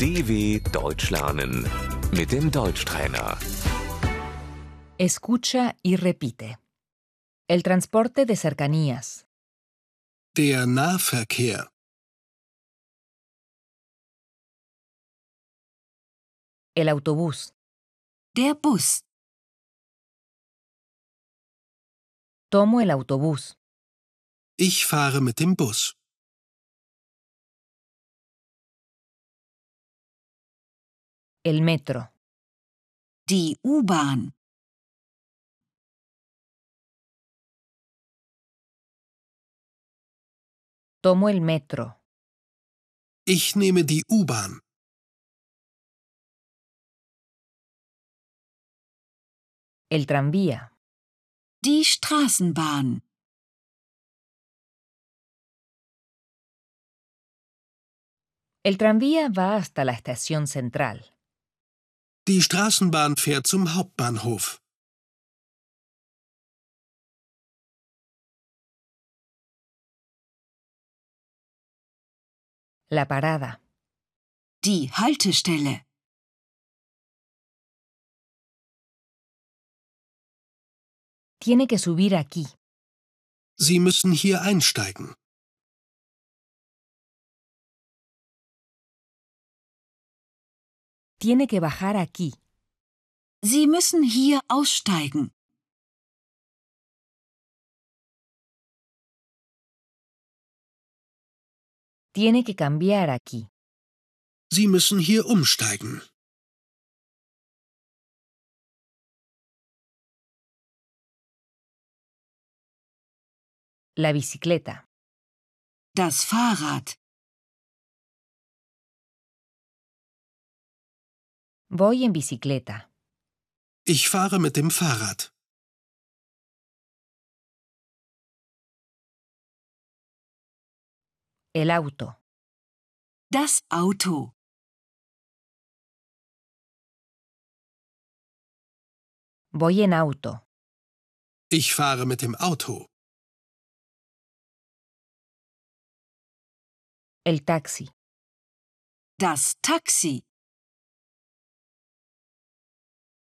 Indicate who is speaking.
Speaker 1: DW Deutsch lernen mit dem Deutschtrainer.
Speaker 2: Escucha y repite. El transporte de cercanías,
Speaker 3: Der Nahverkehr.
Speaker 2: el autobús. Der Bus. Tomo el autobús.
Speaker 3: Ich fahre mit dem Bus.
Speaker 2: El metro. Die U-Bahn. Tomo el metro.
Speaker 3: Ich nehme die U-Bahn.
Speaker 2: El tranvía. Die Straßenbahn. El tranvía va hasta la estación central.
Speaker 3: Die Straßenbahn fährt zum Hauptbahnhof.
Speaker 2: La parada. Die Haltestelle. Tiene que subir aquí.
Speaker 3: Sie müssen hier einsteigen.
Speaker 2: Tiene que bajar aquí. Sie müssen hier aussteigen. Tiene que cambiar aquí.
Speaker 3: Sie müssen hier umsteigen.
Speaker 2: La bicicleta. Das Fahrrad. Voy en bicicleta.
Speaker 3: Ich fahre mit dem Fahrrad.
Speaker 2: El auto. Das Auto. Voy en auto.
Speaker 3: Ich fahre mit dem Auto.
Speaker 2: El taxi. Das Taxi.